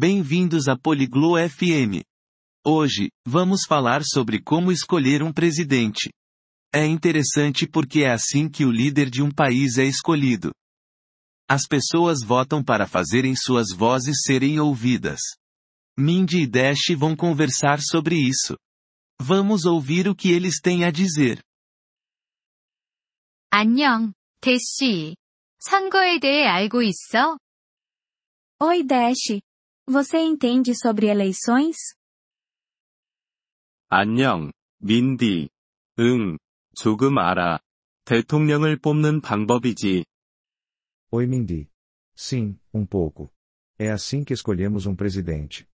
Bem-vindos à Poliglo FM. Hoje, vamos falar sobre como escolher um presidente. É interessante porque é assim que o líder de um país é escolhido. As pessoas votam para fazerem suas vozes serem ouvidas. Mindy e Dash vão conversar sobre isso. Vamos ouvir o que eles têm a dizer. 안녕, 대시. 선거에 대해 알고 있어? Oi, Dash. Você entende sobre eleições? 안녕, 민디. 응, 조금 알아. 대통령을 뽑는 방법이지. Oi, Mindy. Sim, um pouco. É assim que escolhemos um presidente.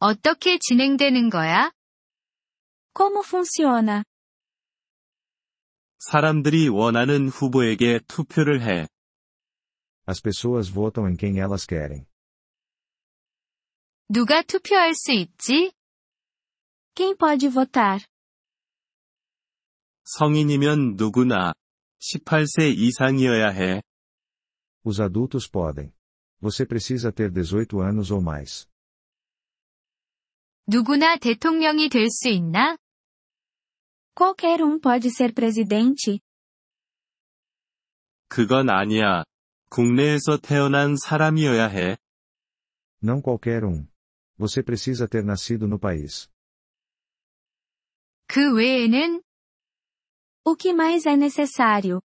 어떻게 진행되는 거야? Como funciona? 사람들이 원하는 후보에게 투표를 해. As pessoas votam em quem elas querem. 누가 투표할 수 있지? Quem pode votar? 성인이면 누구나. 18세 이상이어야 해. Os adultos podem. Você precisa ter 18 anos ou mais. 누구나 대통령이 될 수 있나? Qualquer um pode ser presidente? 그건 아니야. 국내에서 태어난 사람이어야 해. Não qualquer um. Você precisa ter nascido no país. 그 외에는 O que mais é necessário?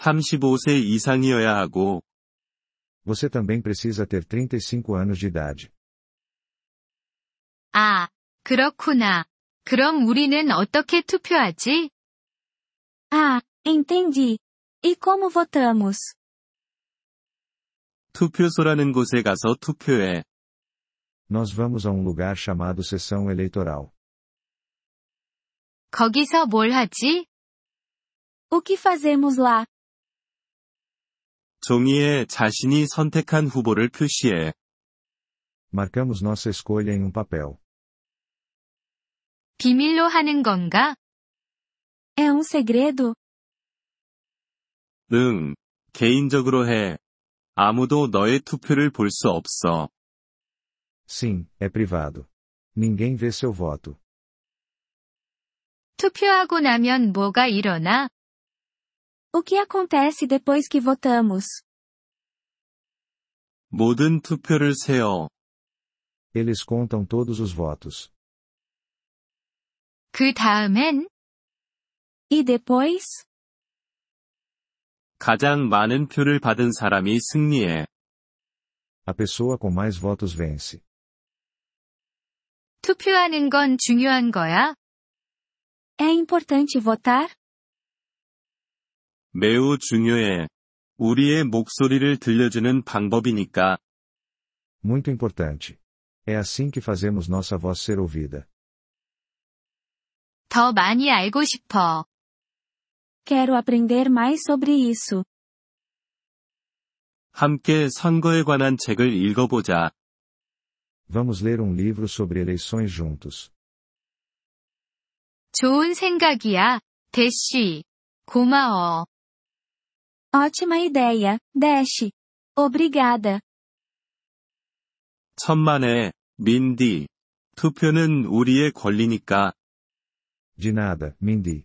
35세 이상이어야 하고, Você também precisa ter 35 anos de idade. 아, 그렇구나. 그럼 우리는 어떻게 투표하지? Ah, entendi. E como votamos? 투표소라는 곳에 가서 투표해. Nós vamos a um lugar chamado sessão eleitoral. 거기서 뭘 하지? O que fazemos lá? 종이에 자신이 선택한 후보를 표시해. Marcamos nossa escolha em um papel. 비밀로 하는 건가? É um segredo? 응, 개인적으로 해. 아무도 너의 투표를 볼 수 없어. Sim, é privado. Ninguém vê seu voto. 투표하고 나면 뭐가 일어나? O que acontece depois que votamos? 모든 투표를 세어. Eles contam todos os votos. 그 다음엔 E depois? 가장 많은 표를 받은 사람이 승리해. A pessoa com mais votos vence. 투표하는 건 중요한 거야? É importante votar? 매우 중요해. 우리의 목소리를 들려주는 방법이니까. Muito importante. É assim que fazemos nossa voz ser ouvida. 더 많이 알고 싶어. Quero aprender mais sobre isso. 함께 선거에 관한 책을 읽어보자. Vamos ler um livro sobre eleições juntos. 좋은 생각이야, 대쉬. 고마워. Ótima ideia, Dash. Obrigada. 천만에, 민디. 투표는 우리의 권리니까. De nada, Mindy.